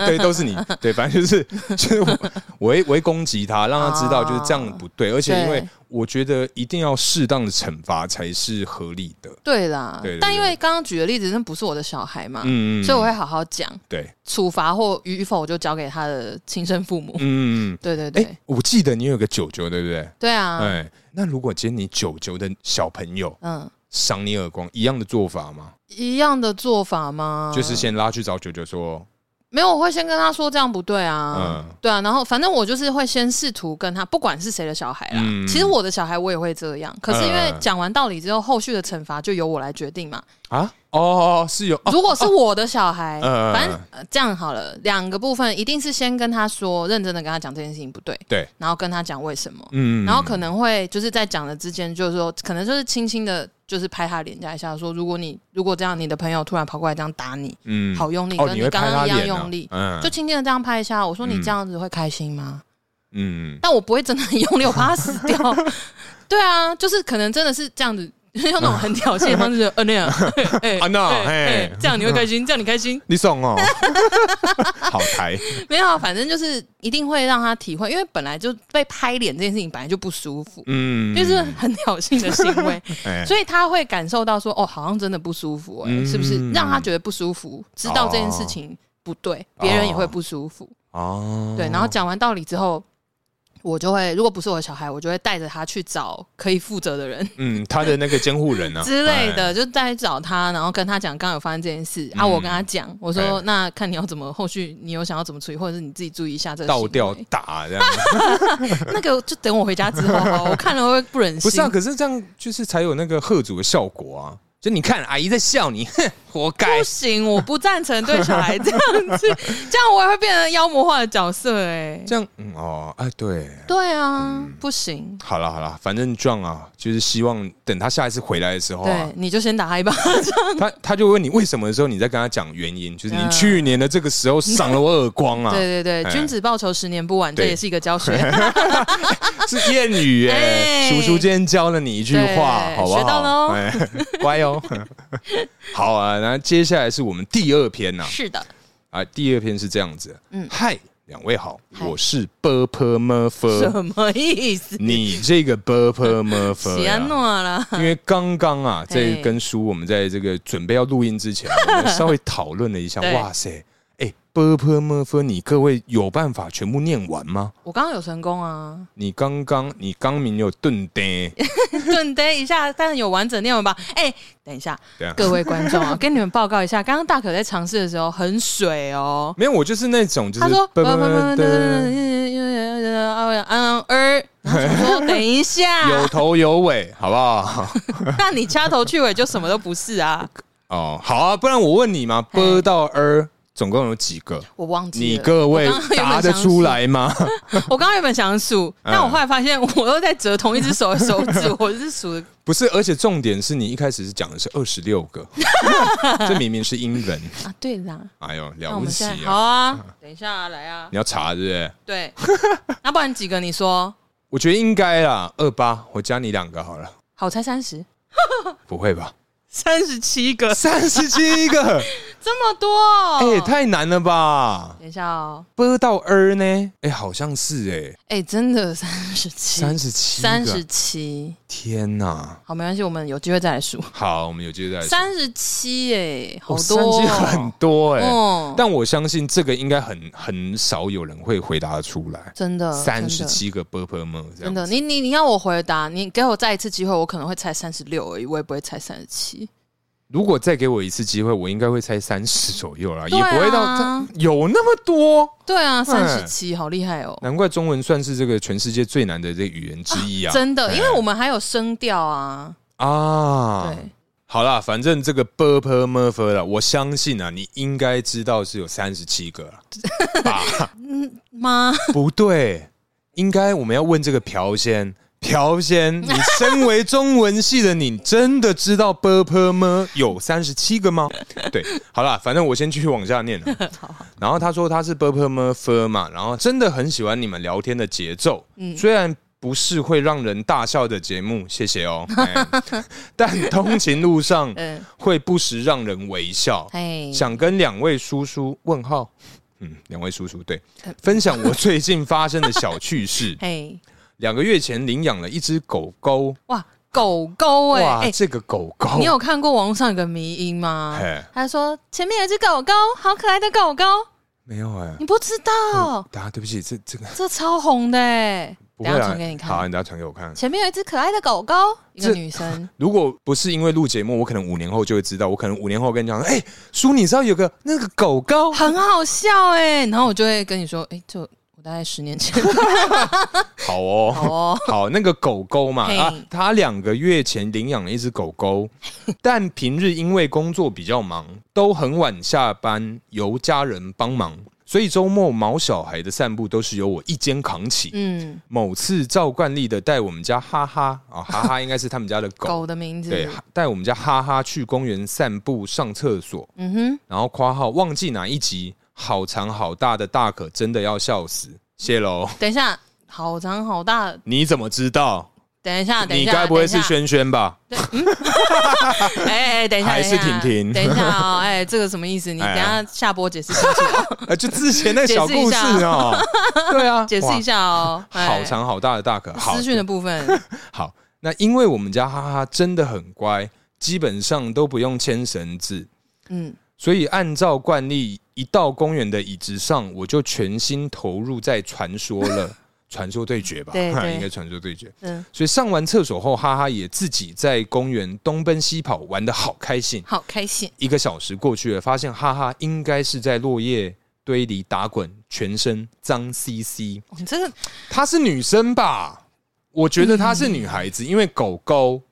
A: 对，都是你，对，反正就是 就是我我会我会攻击他，让他知道
B: 啊
A: 就是这样不对，而且因为
B: 对
A: 我觉得一定要适当的惩罚才是合理的，
B: 对啦，
A: 对对对
B: 但因为刚刚举的例子，那不是我的小孩嘛，
A: 嗯，
B: 啊所以我会好好讲，
A: 对，
B: 处罚或与否就交给他的亲生父母，
A: 嗯，
B: 对对对，
A: 哎，我记得你有个舅舅，对不对？
B: 对啊，
A: 哎，那如果今天你舅舅的小朋友
B: 嗯，
A: 赏你耳光，一样的做法吗？
B: 一样的做法吗？
A: 就是先拉去找舅舅说，
B: 没有，我会先跟他说这样不对啊，
A: 嗯
B: 对啊，然后反正我就是会先试图跟他，不管是谁的小孩啦，
A: 嗯
B: 其实我的小孩我也会这样，可是因为
A: 嗯
B: 讲完道理之后，后续的惩罚就由我来决定嘛。
A: 啊，哦，是有，哦
B: 如果是我的小孩，
A: 嗯
B: 反正、呃这样好了，两个部分一定是先跟他说，认真的跟他讲这件事情不对，
A: 对，
B: 然后跟他讲为什么，
A: 嗯
B: 然后可能会就是在讲的之间，就是说，可能就是轻轻的，就是拍他脸颊一下，说如果你如果这样，你的朋友突然跑过来这样打你，
A: 嗯
B: 好用力，
A: 哦，
B: 跟
A: 你会
B: 刚
A: 拍他
B: 刚一样
A: 脸
B: 用力，
A: 啊，嗯，
B: 就轻轻的这样拍一下，我说你
A: 嗯
B: 这样子会开心吗？
A: 嗯，
B: 但我不会真的很用力，我怕他死掉。对啊，就是可能真的是这样子用那种很挑衅的方 式，就是呃那样，哎
A: 啊那嘿
B: 这样你会开 心，这样你开心，
A: 你送哦， 好台，
B: 没有啊，反正就是一定会让他体会，因为本来就被拍脸这件事情本来就不舒服，
A: 嗯，
B: 就是很挑衅的行 为，
A: 哎
B: 所以他会感受到说，哦，好像真的不舒服、哎、
A: 嗯
B: 是不是？让他觉得不舒服，知道这件事情不对，别、人也会不舒服。
A: 哦，
B: 对，然后讲完道理之后，我就会，如果不是我的小孩，我就会带着他去找可以负责的人。
A: 嗯，他的那个监护人啊
B: 之类，的，就再去找他，然后跟他讲刚刚有发生这件事、啊。
A: 嗯
B: 我跟他讲，我说、
A: 哎
B: 那看你要怎么后续，你有想要怎么处理，或者是你自己注意一下这
A: 哎
B: 个
A: 倒吊
B: 行为
A: 打这样，
B: 那个，就等我回家之后好，我看了会不忍心。
A: 不是啊？可是这样就是才有那个贺主的效果啊！就你看阿姨在笑你， 哼，活该
B: 不。行，我不赞成对小孩这样子，这样我也会变成妖魔化的角色哎、
A: 这样，嗯哦，哎，对，
B: 对啊，不行。
A: 好了好了，反正 John 啊，就是希望等他下一次回来的时候啊
B: 对，，你就先打他一巴掌。
A: 他他就问你为什么的时候，你再跟他讲原因，就是你
B: 嗯
A: 去年的这个时候赏了我耳光 啊，
B: 对对
A: 哎
B: 对，君子报仇，十年不晚，这
A: 对
B: 也是一个 教学。
A: 是谚语哎、
B: 哎
A: 叔叔今天教了你一句话，
B: 对
A: 好不好？
B: 学到了哦
A: 哎，乖 哦。好啊，然后接下来是我们第二篇呐、
B: 是的，
A: 啊，第二篇是这样子，嗯
B: 嗯，
A: 嗨，两位好，
B: 嗨
A: 我是 b p m f，
B: 什么意思？
A: 你这个 b p m
B: 喜安
A: f，
B: 诺啦，
A: 因为刚刚啊，在
B: 哎
A: 跟叔我们在这个准备要录音之前，我 们稍微讨论了一下，
B: 对
A: 哇塞，哎 b p m f，你各位有办法全部念完吗？
B: 我刚刚有成功啊，
A: 你刚刚你刚明有顿呆，
B: 顿呆一下，但有完整念完吧？哎、等一下
A: 对 啊，
B: 各位观众啊，跟你们报告一下，刚刚大可在尝试的时候很水哦。
A: 没有，我就是那种就是
B: 他说，
A: 啵
B: 不不
A: 啵
B: 不不
A: 啵
B: 不
A: 的
B: 嗯呃，然后说等一
A: 有
B: 下，
A: 头有尾，好不好？
B: 那你掐头去尾就什么都不是啊，
A: 哦，好啊，不然我问你嘛，啵到儿总共有几个？
B: 我忘记
A: 你各位答得出？来吗？
B: 我刚刚原本想数，但我后来发现我又在折同一只手的手指，我是数
A: 不是，而且重点是你一开始是讲的是二十六个，这明明是英文，
B: 啊，对啦，
A: 哎呦，
B: 那
A: 了
B: 我
A: 不
B: 们
A: 起
B: 现在好
A: 啊！
B: 啊，等一下啊来啊，
A: 你要查对不对？
B: 对，那不然几个你说，
A: 我觉得应该啦，二八，我加你两个好了，
B: 好我猜三十。
A: 不会吧？
B: 三十七个，
A: 三十七个，
B: 这么多、哦！
A: 哎、太难了吧？
B: 等一下哦，
A: 啵到儿呢？哎、好像是哎、
B: 哎、真的三十七，
A: 三十七，
B: 三十七，
A: 天呐！
B: 好，没关系，我们有机会再来数。
A: 好，我们有机会再来说
B: 三十七，哎，好
A: 哦
B: 多、哦
A: 37很多哎、
B: 嗯
A: 但我相信这个应该很很少有人会回答得出来。
B: 真的
A: 三十，七个 purple m 这
B: 呃
A: 样
B: 真的真的，
A: 子，
B: 你你你要我回答，你给我再一次机会，我可能会猜三十六而已，我也不会猜三十七。
A: 如果再给我一次机会，我应该会猜三十左右啦，也
B: 对啊
A: 不会到它有那么多。
B: 对啊，三
A: 哎
B: 十七，好厉害哦！
A: 难怪中文算是这个全世界最难的这个语言之一啊！
B: 真的，
A: 哎
B: 因为我们还有声调啊，
A: 啊，
B: 对，
A: 好啦，反正这个 purple m u r 啦，我相信啊，你应该知道是有三十七个 了，吧？
B: 妈，
A: 不对，应该我们要问这个朴先。朴先，你身为中文系的你，真的知道 b p m 有三十七个吗？ 对，好啦，反正我先继续往下念了。
B: 啊
A: 然后他说他是 b p m f 嘛，然后真的很喜欢你们聊天的节奏，
B: 嗯
A: 虽然。不是会让人大笑的节目，谢谢哦。 哎但通勤路上
B: 嗯，
A: 会不时让人微笑，
B: 哎，。
A: 想跟两位叔叔问号， 嗯，两位叔叔对，分享我最近发生的小趣事
B: 呃 嘿，
A: 两个月前领养了一只狗狗，
B: 哇，狗狗、哎，
A: 哇，
B: 哎
A: 这个狗狗，
B: 你有看过网络上有个迷音吗
A: 嘿？
B: 他说前面有只狗狗，好可爱的狗狗，
A: 没有哎？
B: 你不知道，
A: 大家对不起，这这个
B: 这超红的哎、
A: 嗯不会
B: 哦等一下
A: 啊
B: 传给你，
A: 好，
B: 看。
A: 你等下传给我看。
B: 前面有一只可爱的狗狗，一个
A: 这
B: 女 生
A: 如果不是因为录节目，我可能五年后就会知道。我可能五年后跟你讲，哎，叔，你知道有个那个狗狗，
B: 很好笑哎、然后我就会跟你说，哎、就我大概十年前
A: 好哦，
B: 好哦，
A: 好，那个狗狗嘛，
B: 嘿
A: 啊，他两个月前领养了一只狗 狗，但平日因为工作比较忙，都很晚下班，由家人帮忙，所以周末毛小孩的散步都是由我一肩扛起。
B: 嗯，
A: 某次照惯例的带我们家哈哈啊，哈 哈应该是他们家的狗，
B: 狗的名字，
A: 对，带我们家哈哈去公园散步、上厕所，
B: 嗯哼，
A: 然后括号忘记哪一集，好长好大的大可真的要笑死，谢喽。
B: 等一下，好长好大，
A: 你怎么知道？
B: 等一啊下，等一
A: 你
B: 下，
A: 该不会是
B: 等一下
A: 轩轩吧？
B: 哎哎，等一下，
A: 还是
B: 等一
A: 婷
B: 下
A: 婷
B: 等一下哦，哎，这个什么意思？你
A: 哎
B: 等
A: 呀
B: 一下下播解释清楚哦，
A: 呃，就之前那个小故事哦，对啊，
B: 解释一下哦。
A: 哇，
B: 哎
A: 好长好大的大可，好
B: 私讯的部分，
A: 好。那因为我们家哈哈真的很乖，基本上都不用牵绳子，
B: 嗯，
A: 所以按照惯例，一到公园的椅子上，我就全心投入在传说了， 传说对决吧，
B: 对对
A: 应该传说对决。
B: 嗯，
A: 所以上完厕所后，哈哈也自己在公园东奔西跑，玩的好开心。
B: 好开心，
A: 一个小时过去了，发现哈哈应该是在落叶堆里打滚，全身脏兮兮。
B: 哦你真的
A: 她是女生吧？我觉得她是女孩子，因为狗狗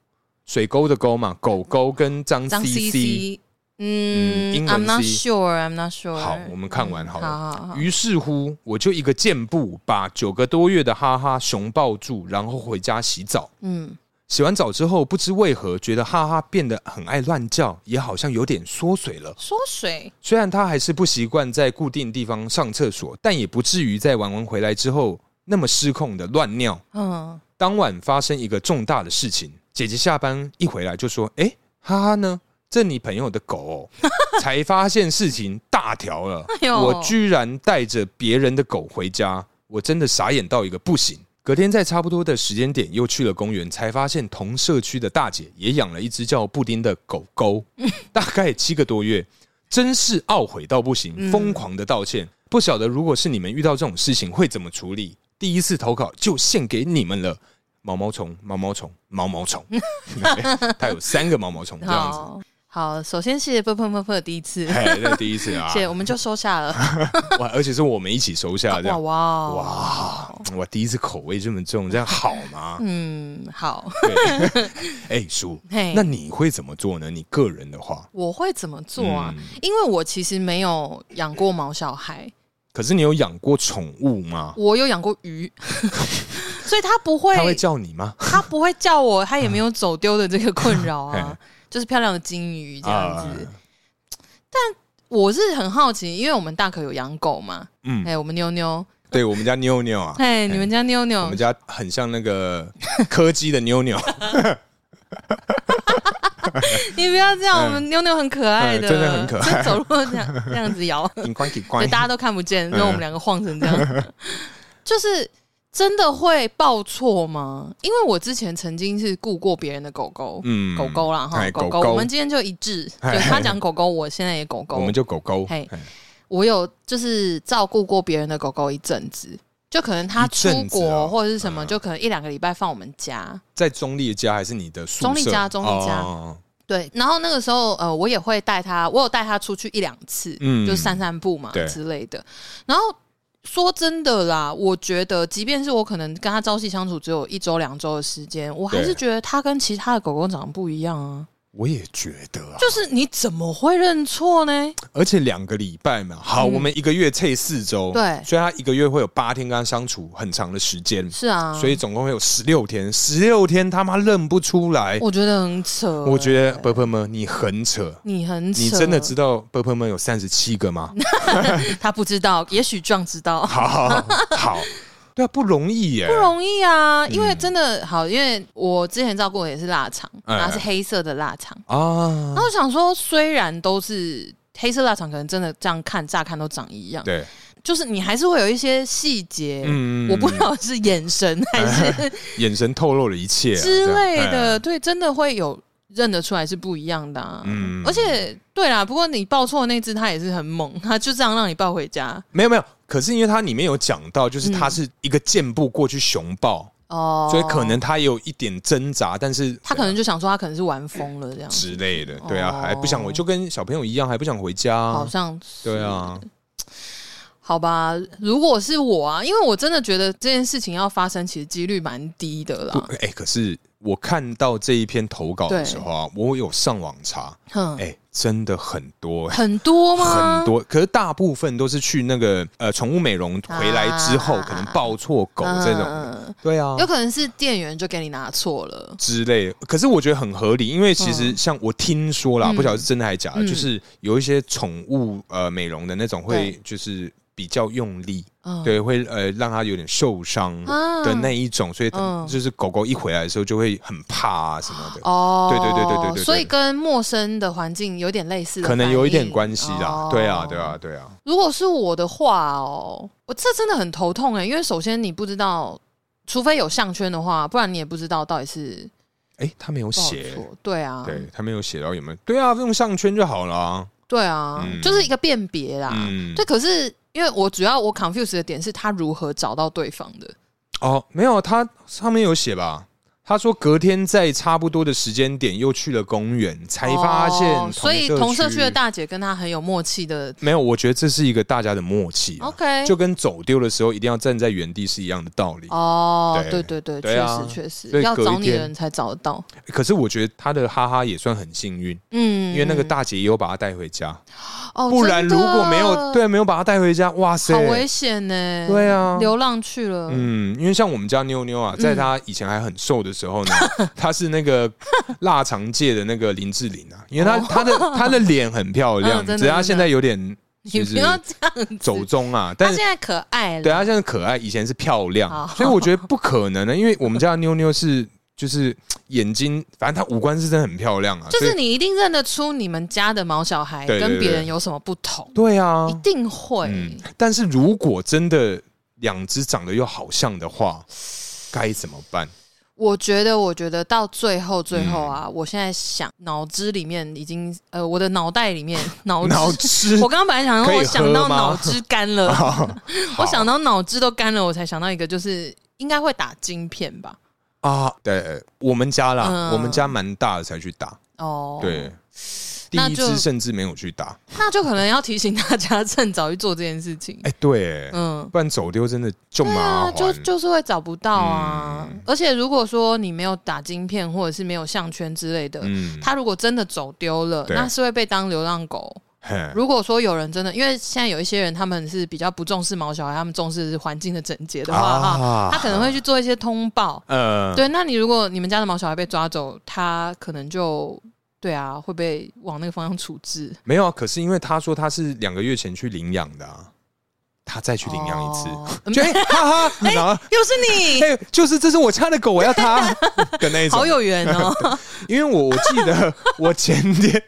A: 水沟的沟嘛，狗狗跟脏
B: 张
A: 兮兮。
B: C C，嗯
A: 英文
B: ，I'm not
A: CC
B: sure，I'm not sure。
A: 好我们看完嗯好了
B: 好好好，
A: 于是乎，我就一个箭步把九个多月的哈哈熊抱住，然后回家洗澡。
B: 嗯，
A: 洗完澡之后，不知为何觉得哈哈变得很爱乱叫，也好像有点缩水了。
B: 缩水，
A: 虽然他还是不习惯在固定地方上厕所，但也不至于在玩完回来之后那么失控的乱尿。
B: 嗯，
A: 当晚发生一个重大的事情，姐姐下班一回来就说：“哎、哈哈呢？这你朋友的狗、 哦。”才发现事情大条了，
B: 哎呦
A: 我居然带着别人的狗回家，我真的傻眼到一个不行。隔天在差不多的时间点又去了公园，才发现同社区的大姐也养了一只叫布丁的狗 狗，大概七个多月，真是懊悔到不
B: 嗯
A: 行，疯狂的道歉。不晓得如果是你们遇到这种事情会怎么处理？第一次投稿就献给你们了。毛毛虫，毛毛虫，毛毛 虫，对它有三个毛毛虫这样子。
B: 好好，首先谢谢啵啵啵啵的第一次，
A: 哎，那第一次啊，
B: 谢谢，我们就收 下了。
A: 哇，而且是我们一起收下这
B: 哇
A: 样。
B: 哇哇，
A: 哇，我第一次口味这么重，这样好吗？
B: 嗯， 好，
A: 对，哎，叔，
B: 嘿
A: 那你会怎么做呢？你个人的话，
B: 我会怎么做啊？
A: 嗯
B: 因为我其实没有养过毛小孩，
A: 可是你有养过宠物吗？
B: 我有养过 鱼，所以他不会，
A: 它会叫你吗？
B: 他不会 叫我，他也没有走丢的这个困扰啊
A: 嗯嘿，
B: 就是漂亮的金鱼这样子。
A: 啊
B: 我是很好奇，因为我们大可有养狗嘛，
A: 嗯
B: 哎、我们妞妞，
A: 对我们家妞妞啊，
B: 哎、你们家妞
A: 我
B: 妞
A: 们，家很像那个柯基的妞 妞，
B: 你不要这样，
A: 嗯
B: 我们妞妞很可爱的，
A: 嗯真的很可爱
B: 就走路这样这样 子摇，
A: 你关起
B: 对，
A: 关。
B: 大家都看不见，
A: 嗯
B: 让我们两个晃成 这样，就是真的会报错吗？因为我之前曾经是雇过别人的狗狗，
A: 嗯
B: 狗狗啦哈，
A: 哎
B: 狗
A: 狗狗
B: 我们今天就一致，就
A: 哎
B: 他讲狗狗，我现在也狗狗，
A: 我们就狗狗。
B: 嘿
A: 哎
B: 我有就是照顾过别人的狗狗一阵子，就可能他出
A: 一阵子
B: 国、
A: 哦
B: 或者是什么，就可能一两个礼拜放我们家。
A: 在中立家还是你的宿舍？
B: 中立家中立家
A: 哦
B: 对，然后那个时候呃，我也会带他，我有带他出去一两次，
A: 嗯
B: 就散散步嘛
A: 对
B: 之类的。然后说真的啦，我觉得即便是我可能跟他朝夕相处只有一周两周的时间，我还
A: 对
B: 是觉得他跟其他的狗狗长得不一样啊。
A: 我也觉得啊，
B: 就是你怎么会认错呢？
A: 而且两个礼拜嘛，好，
B: 嗯
A: 我们一个月测四周，
B: 对
A: 所以他一个月会有八天跟他相处很长的时间，
B: 是啊，
A: 所以总共会有十六天，十六天他妈认不出来，
B: 我觉得很扯、
A: 欸我觉得
B: 欸
A: 伯伯们你很扯，
B: 你很扯，
A: 你真的知道伯伯们有三十七个吗？
B: 他不知道，也许壮知道，
A: 好好 好，对啊，不容易耶，
B: 不容易啊，因
A: 嗯
B: 为真的好，因为我之前照顾的也是腊肠，
A: 哎
B: 然后是黑色的腊肠，
A: 啊
B: 然，后我想说，虽然都是黑色腊肠，可能真的这样看乍看都长一样，
A: 对，
B: 就是你还是会有一些细节，
A: 嗯
B: 我不知道是眼神还是
A: 眼神透露了一切啊
B: 之类，
A: 这样
B: 的，对，真的会有。认得出来是不一样的、啊，
A: 嗯
B: 而且对啦，不过你抱错那只，它也是很猛，它就这样让你抱回家
A: 没有没有，可是因为它里面有讲到，就是它
B: 嗯
A: 是一个箭步过去熊抱，
B: 哦，
A: 所以可能它也有一点挣扎，但是啊
B: 他可能就想说他可能是玩疯了这样，
A: 之类的，对啊，
B: 哦
A: 还不想回，就跟小朋友一样，还不想回家
B: 好
A: 啊，
B: 像是
A: 对，啊，
B: 好吧。如果是我啊，因为我真的觉得这件事情要发生，其实几率蛮低的
A: 不
B: 啦。，
A: 哎、可是我看到这一篇投稿的时候啊，我有上网查，
B: 哼，
A: 哎、真的很多、哎，
B: 很多嗯吗？
A: 很。多，可是大部分都是去那个呃宠物美容回来之后，
B: 啊
A: 可能抱错狗这种，
B: 嗯
A: 对啊
B: 有。可能是店员就给你拿错了，
A: 之类的，可是我觉得很合理，因为其实像我听说啦，
B: 嗯
A: 不晓得是真的还是假的，
B: 嗯
A: 就是有一些宠物呃美容的那种会就是比较用力，
B: 嗯，
A: 对，会呃让它有点受伤
B: 啊
A: 的那一种，所以
B: 嗯
A: 就是狗狗一回来的时候就会很怕啊什么的。
B: 哦，
A: 对对对对对对对
B: 所以跟陌生的环境有点类似的
A: 可
B: 反应，
A: 能有一点关系啦
B: 哦，
A: 对啊，对啊，。对啊，
B: 如果是我的话哦，我这真的很头痛哎、因为首先你不知道，除非有项圈的话，不然你也不知道到底是
A: 哎，他没有
B: 不好
A: 写，
B: 做。对啊，
A: 对他没有写到有没有？对啊，用项圈就好了啊。
B: 对啊，
A: 嗯
B: 就是一个辨别啦。
A: 嗯
B: 对，可是因为我主要我 confuse 的点是他如何找到对方的。
A: 哦，没有，他上面有写吧？他说隔天在差不多的时间点又去了公园，才发现
B: 哦
A: 同
B: 所以同社区的
A: 区
B: 大姐跟他很有默契的。
A: 没有，我觉得这是一个大家的默契啊、
B: OK，
A: 就跟走丢的时候一定要站在原地是一样的道理。
B: 哦，
A: 对
B: 对对对，
A: 对
B: 确
A: 啊
B: 实确实，
A: 所以
B: 要
A: 隔一
B: 找你的
A: 天
B: 人才找得到。
A: 可是我觉得他的哈哈也算很幸运，
B: 嗯，
A: 因为那个
B: 嗯，
A: 大姐也有把他带回家，
B: 哦
A: 不然
B: 真的
A: 如果没有对没有把他带回家，哇塞
B: 好，危险呢。
A: 对啊
B: 流浪去了。
A: 嗯，因为像我们家妞妞啊，
B: 嗯
A: 在她以前还很瘦的时候 呢，她是那个腊肠界的那个林志玲啊，因为她她的 她的脸很漂
B: 嗯
A: 亮，
B: 哦真的
A: 只是她
B: 真的
A: 现在有点
B: 你
A: 就
B: 不
A: 是
B: 要这样
A: 走
B: 子。
A: 中啊，
B: 他
A: 但
B: 现在可爱了，
A: 对她啊现在可爱，以前是漂亮，
B: 好
A: 所以我觉得不可能的，啊因为我们家的妞妞是就是眼睛，反正她五官是真的很漂亮啊，
B: 就
A: 所以
B: 是你一定认得出你们家的毛小孩
A: 对对
B: 跟别
A: 对
B: 人有什么不同，
A: 对啊
B: 一，定会。
A: 嗯，但是如果真的两只长得又好像的话，该怎么办？
B: 我觉得，我觉得到最后，最后啊，
A: 嗯
B: 我现在想，脑汁里面已经，呃，我的脑袋 里面脑汁。
A: 脑汁
B: 我刚刚本来想
A: 可
B: 说，
A: 以
B: 我想到
A: 喝吗哦
B: 脑汁干了，
A: 好
B: 我想到脑汁都干了，我才想到一个，就是应该会打晶片吧？
A: 啊，对，我们家啦，
B: 嗯
A: 我们家蛮大的才去打，
B: 哦，
A: 对，第
B: 那
A: 一
B: 就
A: 只甚至没有去打，
B: 那就可能要提醒大家趁早去做这件事情。
A: 哎、对，
B: 嗯，
A: 不然走丢真的就
B: 对
A: 麻
B: 啊，
A: 烦，
B: 就就是会找不到啊。
A: 嗯
B: 而且如果说你没有打晶片，或者是没有项圈之类的，
A: 嗯，
B: 他如果真的走丢了，
A: 对
B: 那是会被当流浪狗。
A: 嘿
B: 如果说有人真的，因为现在有一些人他们是比较不重视毛小孩，他们重视环境的整洁的话，哈、
A: 啊
B: 他可能会去做一些通报。
A: 呃，
B: 对，那你如果你们家的毛小孩被抓走，他可能就对啊，会被往那个方向处置。
A: 没有啊，可是因为他说他是两个月前去领养的、啊，他再去领养一次，
B: 哦
A: 就哎、 哈哈，然后
B: 又是 你，
A: 哎、就是这是我家的狗，我要 它的那一种
B: 好，有缘 哦。
A: 因为我我记 得我前天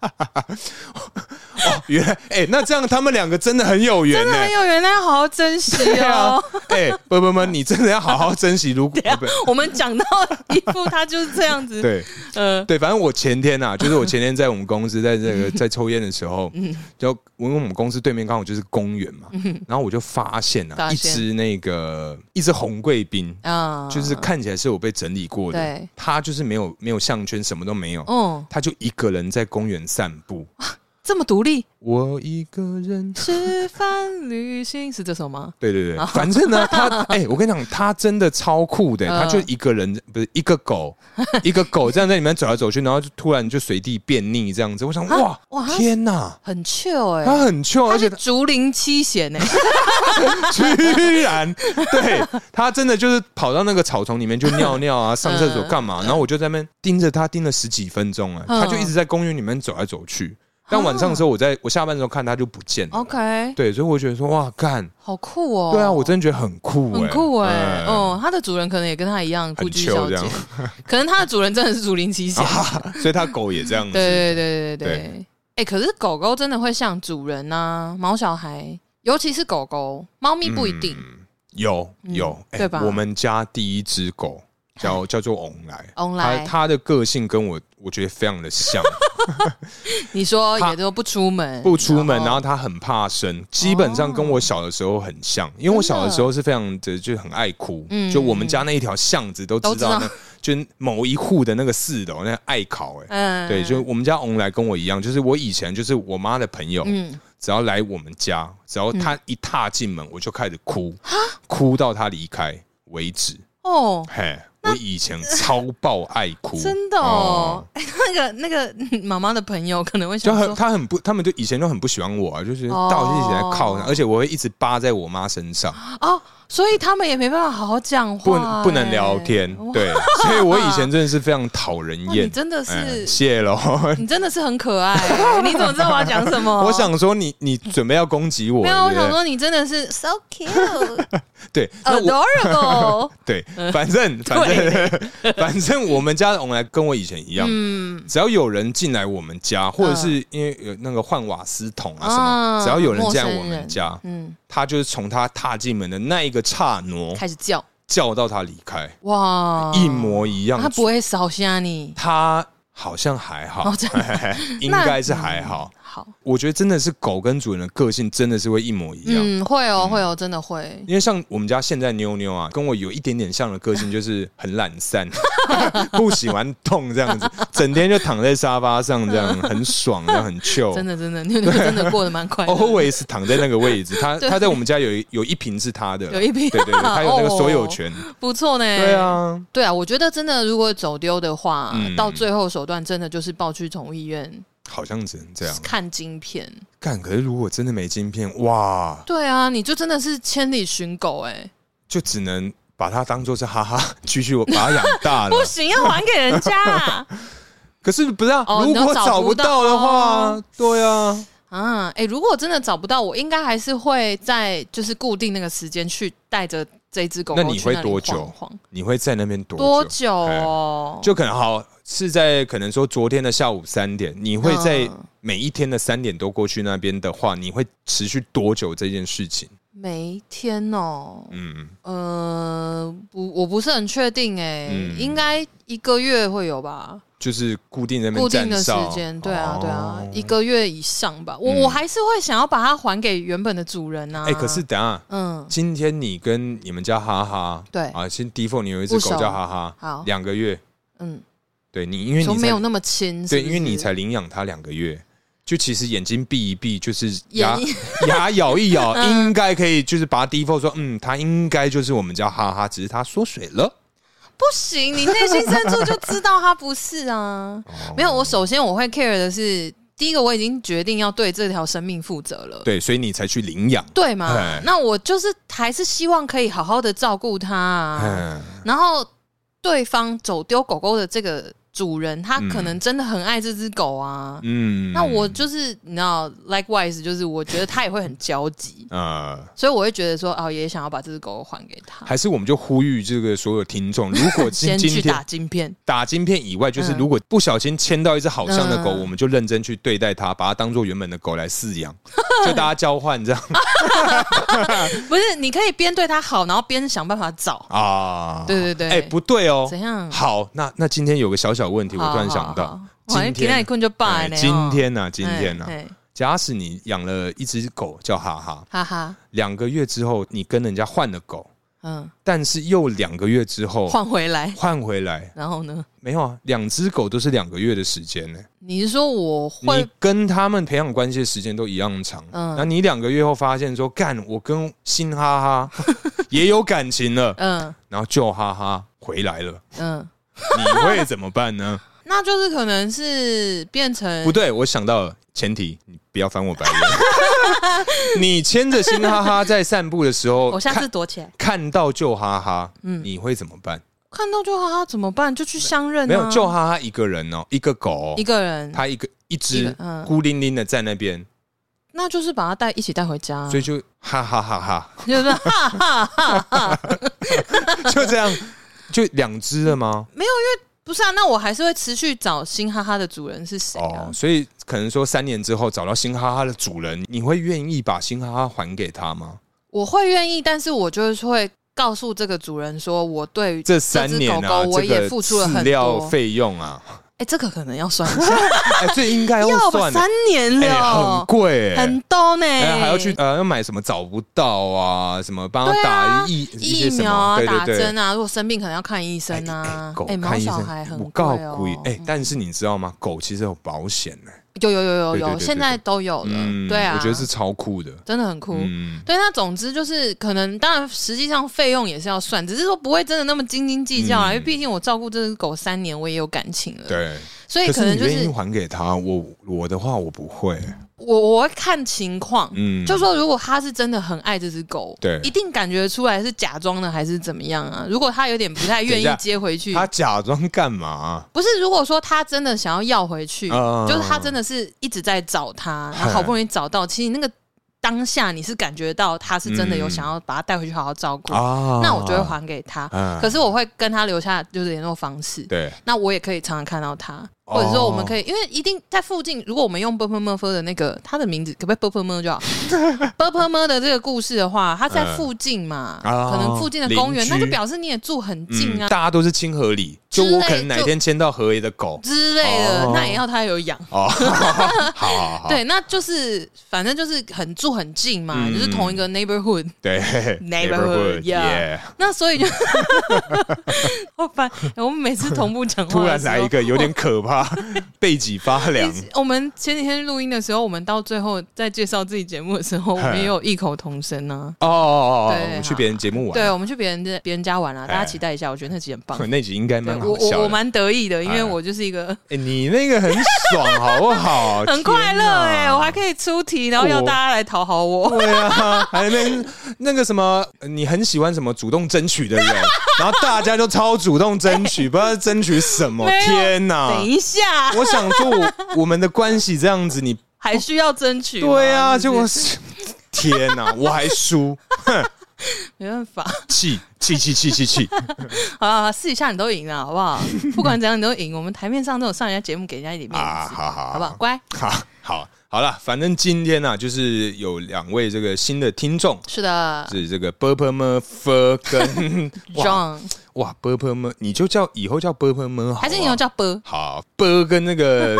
A: 哦，原来哎、那这样他们两个真的很有缘呢、
B: 很有缘，那要好好珍 惜
A: 对啊
B: 哦。，
A: 哎、不不不，你真的要好好珍惜。 如果不
B: 我们讲到一副他就是这样子，
A: 对
B: 呃，
A: 对，反正我前天啊，就是我前天在我们公司在这
B: 嗯
A: 个在抽烟的时候，嗯，就因为我们公司对面刚好就是公园嘛，然后我就发现啊，
B: 嗯发
A: 一
B: 现
A: 只那个一只红贵宾，
B: 啊
A: 就是，看起来是有被整理过的
B: 对，
A: 它就是没有没有项圈，什么都没有，
B: 嗯，
A: 它就一个人在公园散步。
B: 哦这么独立，
A: 我一个人，
B: 吃饭、旅行是这首吗？
A: 对对对，反正呢，他 哎、我跟你讲，他真的超酷的、
B: 嗯
A: 他就一个人，不是一个 狗，一个狗这样在里面走来走去，然后就突然就随地便溺这样子。我想，哇
B: 啊哇他
A: 天哪，
B: 很 chill 哎、
A: 他很臭，
B: 他
A: 而且
B: 是
A: 他
B: 竹林七贤哎、
A: 居然对他真的就是跑到那个草丛里面就尿尿
B: 嗯
A: 啊，上厕所干嘛？然后我就在那边盯着他盯了十几分钟啊，
B: 嗯
A: 他就一直在公园里面走来走去。但晚上的时候，我在我下班的时候看他就不见了。
B: OK，
A: 对，所以我觉得说，哇，干，
B: 好酷哦。
A: 对啊，我真的觉得很酷、欸，
B: 很酷哎、
A: 嗯
B: 哦，它的主人可能也跟它一样不拘
A: 很 chill
B: 小节
A: 这样，
B: 可能它的主人真的是竹林七贤，
A: 啊， 所以他狗也这样子。
B: 对对对对对
A: 对
B: 对。哎、可是狗狗真的会像主人呐、毛小孩，尤其是狗狗，猫咪不一定。
A: 有
B: 嗯
A: 有，哎
B: 对吧
A: 我们家第一只狗 叫叫做翁来，
B: 翁
A: 它
B: 来，
A: 它的个性跟我我觉得非常的像，
B: 你说
A: 它
B: 也都不出门，
A: 不出
B: 嗯哦
A: 门，然后它很怕生，基本上跟我小的时候很像，因为我小的时候是非常的就很爱哭
B: 嗯，
A: 就我们家那一条巷子都
B: 都
A: 知
B: 知
A: 道
B: 道
A: 那，就某一户的那个四楼那个爱考，哎。
B: 嗯
A: 对，就我们家翁来跟我一样，就是我以前就是我妈的朋友，
B: 嗯，
A: 只要来我们家，只要他一踏进门，我就开始哭，哭到他离开为止。
B: 哦，
A: 嘿，我以前超爆爱哭，
B: 真的哦，哎、 那个那个妈妈的朋友可能会
A: 就
B: 想
A: 很
B: 说，
A: 他很不，他们就以前都很不喜欢我啊，就是
B: 哦
A: 到底一起来靠，而且我会一直扒在我妈身上，
B: 哦，所以他们也没办法好好讲
A: 不
B: 话、
A: 不能聊
B: 哎
A: 天
B: 哇，
A: 对， 所以我以前真的是非常讨人
B: 哇你
A: 厌，
B: 真的是、
A: 哎谢喽。
B: 你真的是很可爱、你怎么知道我要讲什么？
A: 我想说你你准备要攻击我，
B: 哦没有，我
A: 对不对
B: 想说你真的是 so cute
A: 对， 那我
B: adorable，
A: 对，反 正反正 反正我们家的翁来跟我以前一样，
B: 嗯，
A: 只要有人进来我们家，或者是因为有那个换瓦斯桶啊什
B: 啊
A: 么，只要有人进
B: 陌
A: 来
B: 生
A: 我们
B: 人
A: 家，
B: 嗯，
A: 他就是从他踏进门的那一个刹那
B: 开始叫
A: 叫到他离开，
B: 哇，
A: 一模一样。
B: 他不会扫瞎你
A: 他好像还好
B: 哦，真的
A: 应该是还好。
B: 好，
A: 我觉得真的是狗跟主人的个性真的是会一模一样。
B: 嗯，会哦，会哦，真的会，
A: 因为像我们家现在妞妞啊，跟我有一点点像的个性，就是很懒散， 不喜欢动这样子，整天就躺在沙发上这样，很爽，这样很 chill。
B: 真的真的， 妞妞真的过得蛮快 乐的。
A: always 躺在那个位置，他
B: 对
A: 他在我们家有一有一瓶是他的，
B: 有一瓶哦
A: 对对对，他有那个所有权，
B: 不错呢。
A: 对，啊，
B: 对啊，我觉得真的，如果走丢的话，
A: 嗯
B: 到最后手段真的就是抱去宠物医院
A: 好像只能这样
B: 看晶片。
A: 干。可是如果真的没晶片，哇，
B: 对啊，你就真的是千里寻狗哎、
A: 就只能把它当做是哈哈，继续我把它养 大了
B: 不。行，要还给人家啊
A: 可是不是啊？
B: 哦
A: 如
B: 你
A: 果
B: 都找
A: 找
B: 不
A: 不
B: 到
A: 到
B: 哦
A: 的话，对啊，
B: 啊！哎、如果真的找不到，我应该还是会在就是固定那个时间去带着这只狗狗
A: 那
B: 去那
A: 你会多久
B: 里晃晃
A: 你会在那边多
B: 多
A: 久？哎
B: 久哦？
A: 就可能好是在可能说昨天的下午三点，你会在
B: 嗯
A: 每一天的三点多过去那边的话，你会持续多久这件事情？
B: 每一天哦，
A: 嗯，
B: 呃，不，我不是很确定哎、
A: 嗯
B: 应该一个月会有吧，
A: 就是固定在那边
B: 固定的
A: 站
B: 时
A: 哨
B: 间，对啊，
A: 哦
B: 对啊，一个月以上吧。我、
A: 嗯
B: 我还是会想要把它还给原本的主人啊。
A: 哎、可是，等一下，
B: 嗯，
A: 今天你跟你们家哈哈，
B: 对
A: 啊，先 d e f a u 你有一只
B: 不
A: 狗
B: 熟
A: 叫哈哈，
B: 好
A: 两个月，
B: 嗯，
A: 对你，因为
B: 说
A: 你才
B: 没有那么亲，
A: 对，
B: 是不
A: 因为你
B: 是
A: 才领养它两个月，就其实眼睛闭一闭，就是
B: 眼嗯
A: 牙 牙咬一咬，应该可以，就是把它 d e f a u 说，嗯，它应该就是我们家哈哈，只是它缩水了。
B: 不行，你内心深处就知道他不是 啊。
A: 哦
B: 没有，我首先我会 care 的是，第一个我已经决定要对这条生命负责了。
A: 对，所以你才去领养。
B: 对嘛
A: 哎？
B: 那我就是还是希望可以好好的照顾他、啊。
A: 嗯，
B: 然后对方走丢狗狗的这个主人，他
A: 嗯
B: 可能真的很爱这只狗啊。
A: 嗯，
B: 那我就是你知道，likewise，就是我觉得他也会很焦急
A: 呃。
B: 所以我会觉得说，哦，也想要把这只狗狗还给他，
A: 还是我们就呼吁这个所有听众，如果今
B: 先
A: 今
B: 去
A: 天
B: 打晶片。
A: 打晶片以外，就是
B: 嗯
A: 如果不小心牵到一只好上的狗，
B: 嗯
A: 我们就认真去对待它，把它当做原本的狗来饲 养，就大家交换这样
B: 不是，你可以边对他好，然后边想办法找。
A: 啊。
B: 对对对
A: 哎，不对哦
B: 怎。样？
A: 好，那那今天有个小小问题，我
B: 好
A: 突然想到，，
B: 嗯好像
A: 今天啊
B: 你困就罢
A: 哎
B: 了。
A: 今
B: 哦
A: 天呢，今天啊呢
B: 哎，哎
A: 假使你养了一只狗叫哈哈，
B: 哈哈，
A: 两个月之后你跟人家换了狗，
B: 嗯，
A: 但是又两个月之后
B: 换回来。
A: 换回来，
B: 然后呢？
A: 没有啊，两只狗都是两个月的时间呢、
B: 你是说我会
A: 你跟他们培养关系的时间都一样长，嗯，
B: 嗯
A: 那你两个月后发现说，干，我跟新哈 哈也有感情了，
B: 嗯
A: 然后旧哈哈回来了，
B: 嗯，
A: 你会怎么办呢？
B: 那就是可能是变成
A: 不对，我想到了，前提你不要翻我白眼， 你牵着新哈哈在散步的时候，
B: 我下次
A: 看
B: 躲起来，
A: 看到旧哈哈，
B: 嗯
A: 你会怎么办？
B: 看到就哈哈怎么办？就去相认啊。
A: 没有旧哈哈一个人哦，一个狗哦、
B: 一个人，
A: 它一个一
B: 一
A: 只
B: 个嗯
A: 孤零零的在那边，
B: 那就是把他带一起带回家，
A: 所以就哈哈哈哈，
B: 就是哈哈哈哈。
A: 就这样，就两只了吗？
B: 不是啊，那我还是会持续找新哈哈的主人 是谁啊
A: 哦，？所以可能说三年之后找到新哈哈的主人，你会愿意把新哈哈还给他吗？
B: 我会愿意，但是我就是会告诉这个主人说，我对于
A: 这
B: 只
A: 三年
B: 狗
A: 啊，
B: 狗我
A: 这
B: 也
A: 个
B: 付出了
A: 饲
B: 很
A: 料
B: 多。
A: 费用啊，
B: 哎、这个可能要算一 下，
A: 哎，这应该
B: 要吧，
A: 算的
B: 三，年
A: 哎，
B: 了，
A: 很贵，哎
B: 很多呢、
A: 哎，还要去呃要买什么找不到啊，什么帮
B: 对
A: 他
B: 啊
A: 打疫一
B: 疫
A: 些什
B: 苗
A: 么，
B: 啊
A: 对
B: 打
A: 对对
B: 针。啊，如果生病可能要看医生啊。
A: 狗
B: 毛
A: 看医
B: 小孩
A: 生，
B: 很
A: 不
B: 贵
A: 告
B: 哦。
A: 贵哎，但是你知道吗？狗其实有保险呢，
B: 有有有
A: 对
B: 有
A: 对对
B: 有，
A: 对对嗯
B: 现在都有了。对啊，
A: 我觉得是超酷的，
B: 真的很酷。
A: 嗯，
B: 对，那总之就是可能，当然实际上费用也是要算，只是说不会真的那么斤斤计较啊，
A: 嗯
B: 因为毕竟我照顾这只狗三年，我也有感情了，
A: 对。
B: 所以
A: 可
B: 可
A: 是
B: 能
A: 你
B: 就
A: 愿
B: 是
A: 意还给他，我我的话我不会，
B: 我我会看情况，
A: 嗯
B: 就说如果他是真的很爱这只狗，
A: 对
B: 一定感觉出来是假装的还是怎么样啊？如果他有点不太愿
A: 等一下
B: 意接回去，
A: 他假装干嘛？
B: 不是，如果说他真的想要要回去，
A: 啊
B: 就是他真的是一直在找他，然
A: 嗨
B: 后好不容易找到，其实那个当下你是感觉到他是真的有想要把他带回去好好照顾，
A: 嗯啊
B: 嗯那我就会还给他。
A: 嗯
B: 可是我会跟他留下就是联络方式，
A: 对，
B: 那我也可以常常看到他，
A: 哦
B: 或者说我们可以，因为一定在附近，如果我们用 b u r p m e 的那个他的名字，可不可以 b u r p m e 就好 b u r p m e 的这个故事的话，他在附近嘛，
A: 嗯哦
B: 可能附近的公园，
A: 邻居
B: 那就表示你也住很近
A: 嗯，
B: 啊。
A: 大家都是亲和力，就
B: 之类
A: 我可能哪天牵到河野的狗
B: 之类的，
A: 哦
B: 那也要他有养。
A: 哦， 好好好，
B: 对，那就是反正就是很住很近嘛，
A: 嗯
B: 就是同一个 neighborhood。
A: 对
B: Neighborhood，
A: 耶
B: yeah，那所以就 好烦，我们每次同步讲话，
A: 突然来一。个有点可怕， 背脊发凉。
B: 我们前几天录音的时候，我们到最后在介绍自己节目的时候，我们也有异口同声呢、
A: 哦哦哦
B: 对
A: 哦，去别人节目玩，
B: 对，我们去别人的别人家玩了、
A: 哎。
B: 大家期待一下，我觉得那集很棒
A: 那集应该
B: 对
A: 蛮
B: 我
A: 好笑
B: 我
A: 的。
B: 我蛮得意的，因
A: 哎
B: 为我就是一个
A: 哎你那个很爽，好不好？
B: 很快乐
A: 天哪
B: 哎、我还可以出题，然后要
A: 我
B: 大家来讨好我。
A: 对啊，还在那边那个什么，你很喜欢什么主动争取的 人，然后大家就超主动争取，不知道争取什么。
B: 没有
A: 天哪！
B: 等一下，
A: 我想说我，我们的关系这样子，你
B: 还需要争取吗？
A: 对啊，
B: 是
A: 结
B: 不是
A: 果是天哪，我还输，
B: 没办法。
A: 气气气气气 气！
B: 好啦好啦试一下你都赢了，好 不好？不管怎样你都赢。我们台面上都有上人家节目，给人家一点面子，
A: 啊好好
B: 好不好？乖，
A: 好好好了，反正今天呢、啊，就是有两位这个新的听众。
B: 是的
A: 是这个 b u r p l e m f 跟哇
B: ，John，
A: 哇 b u r p l e m 你就叫以后叫 b u r p l e m
B: 还是你要叫波
A: 好 b 跟那 个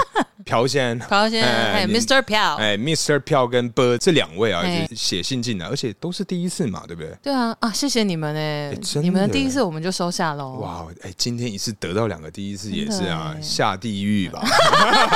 A: 朴先
B: 朴先生，
A: 哎
B: 还有
A: 你
B: Mr. 票，
A: 哎 Mr. 票跟 b 这两位啊，
B: 哎
A: 就是写信进来，而且都是第一次嘛，对不对？
B: 对啊啊，谢谢你们哎
A: 哎真，的
B: 你们的第一次我们就收下喽。
A: 哇，哎，今天一次得到两个第一次也是啊
B: 哦真的，哎
A: 下地狱吧。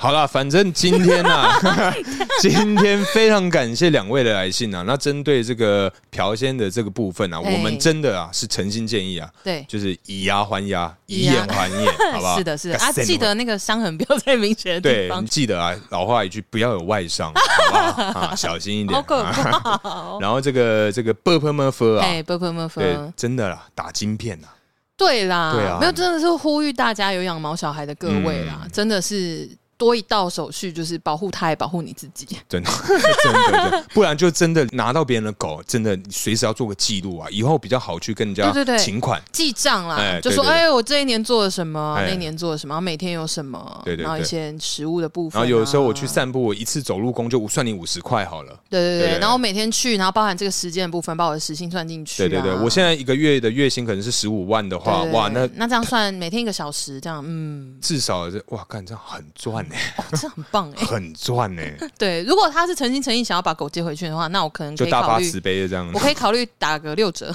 A: 好啦，反正今天 啊，今天非常感谢两位的来信啊。那针对这个朴先的这个部分啊，
B: 哎
A: 我们真的啊是诚心建议啊，
B: 对，
A: 就是以牙还牙，以
B: 以牙
A: 眼还 眼，好不好？
B: 是的，是的啊，
A: Gassenway
B: 记得那个伤痕不要太明显的 地
A: 对，
B: 方
A: 你，记得啊，老话一句，不要有外伤，好不好？ 啊，小心一点。
B: 好可
A: 啊
B: 怕哦。
A: 然后这个这个 b u r p m f 啊，
B: 哎，波波波
A: 对
B: 波，，
A: 真的啦，打晶片啊，
B: 对啦，
A: 对啊嗯
B: 没有，真的是呼吁大家有养毛小孩的各位啦，真的是多一道手续，就是保护他，也保护你自己。
A: 真的 真的，真的不然就真的拿到别人的狗，真的你随时要做个记录啊，以后比较好去跟人家
B: 对对对
A: 请款。
B: 记账啦，
A: 哎
B: 就说
A: 对对对
B: 哎，我这一年做了什么，
A: 哎
B: 那一年做了什么，然后每天有什么，
A: 对对对
B: 然后一些食物的部分、啊
A: 然后有时候我去，散步，我一次走路工就算你五十块好了。
B: 对对
A: 对
B: 对，
A: 对对
B: 然后我每天去，然后包含这个时间的部分，把我的时薪算进去、啊。
A: 对对对，我现在一个月的月薪可能是十五万的话，
B: 对对对
A: 哇，那
B: 那这样算每天一个小时，这样嗯，
A: 至少是哇，干这样很赚呢、
B: 哦，这很棒哎、
A: 很赚欸呢、
B: 对，如果他是诚心诚意想要把狗接回去的话，那我可能
A: 就
B: 可以
A: 大
B: 考
A: 发
B: 虑
A: 慈，悲的这样
B: 我，可以考虑打个 六折。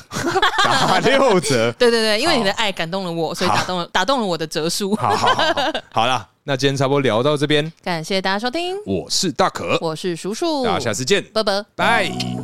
A: 打六 折。
B: 对对对，因为你的爱感动了我，所以打动了打动了我的折数。
A: 好好好，好好啦，那今天差不多聊到这边，
B: 感谢大家收听，
A: 我是大可，
B: 我是叔叔，
A: 大家下次见，
B: 拜拜。
A: 拜。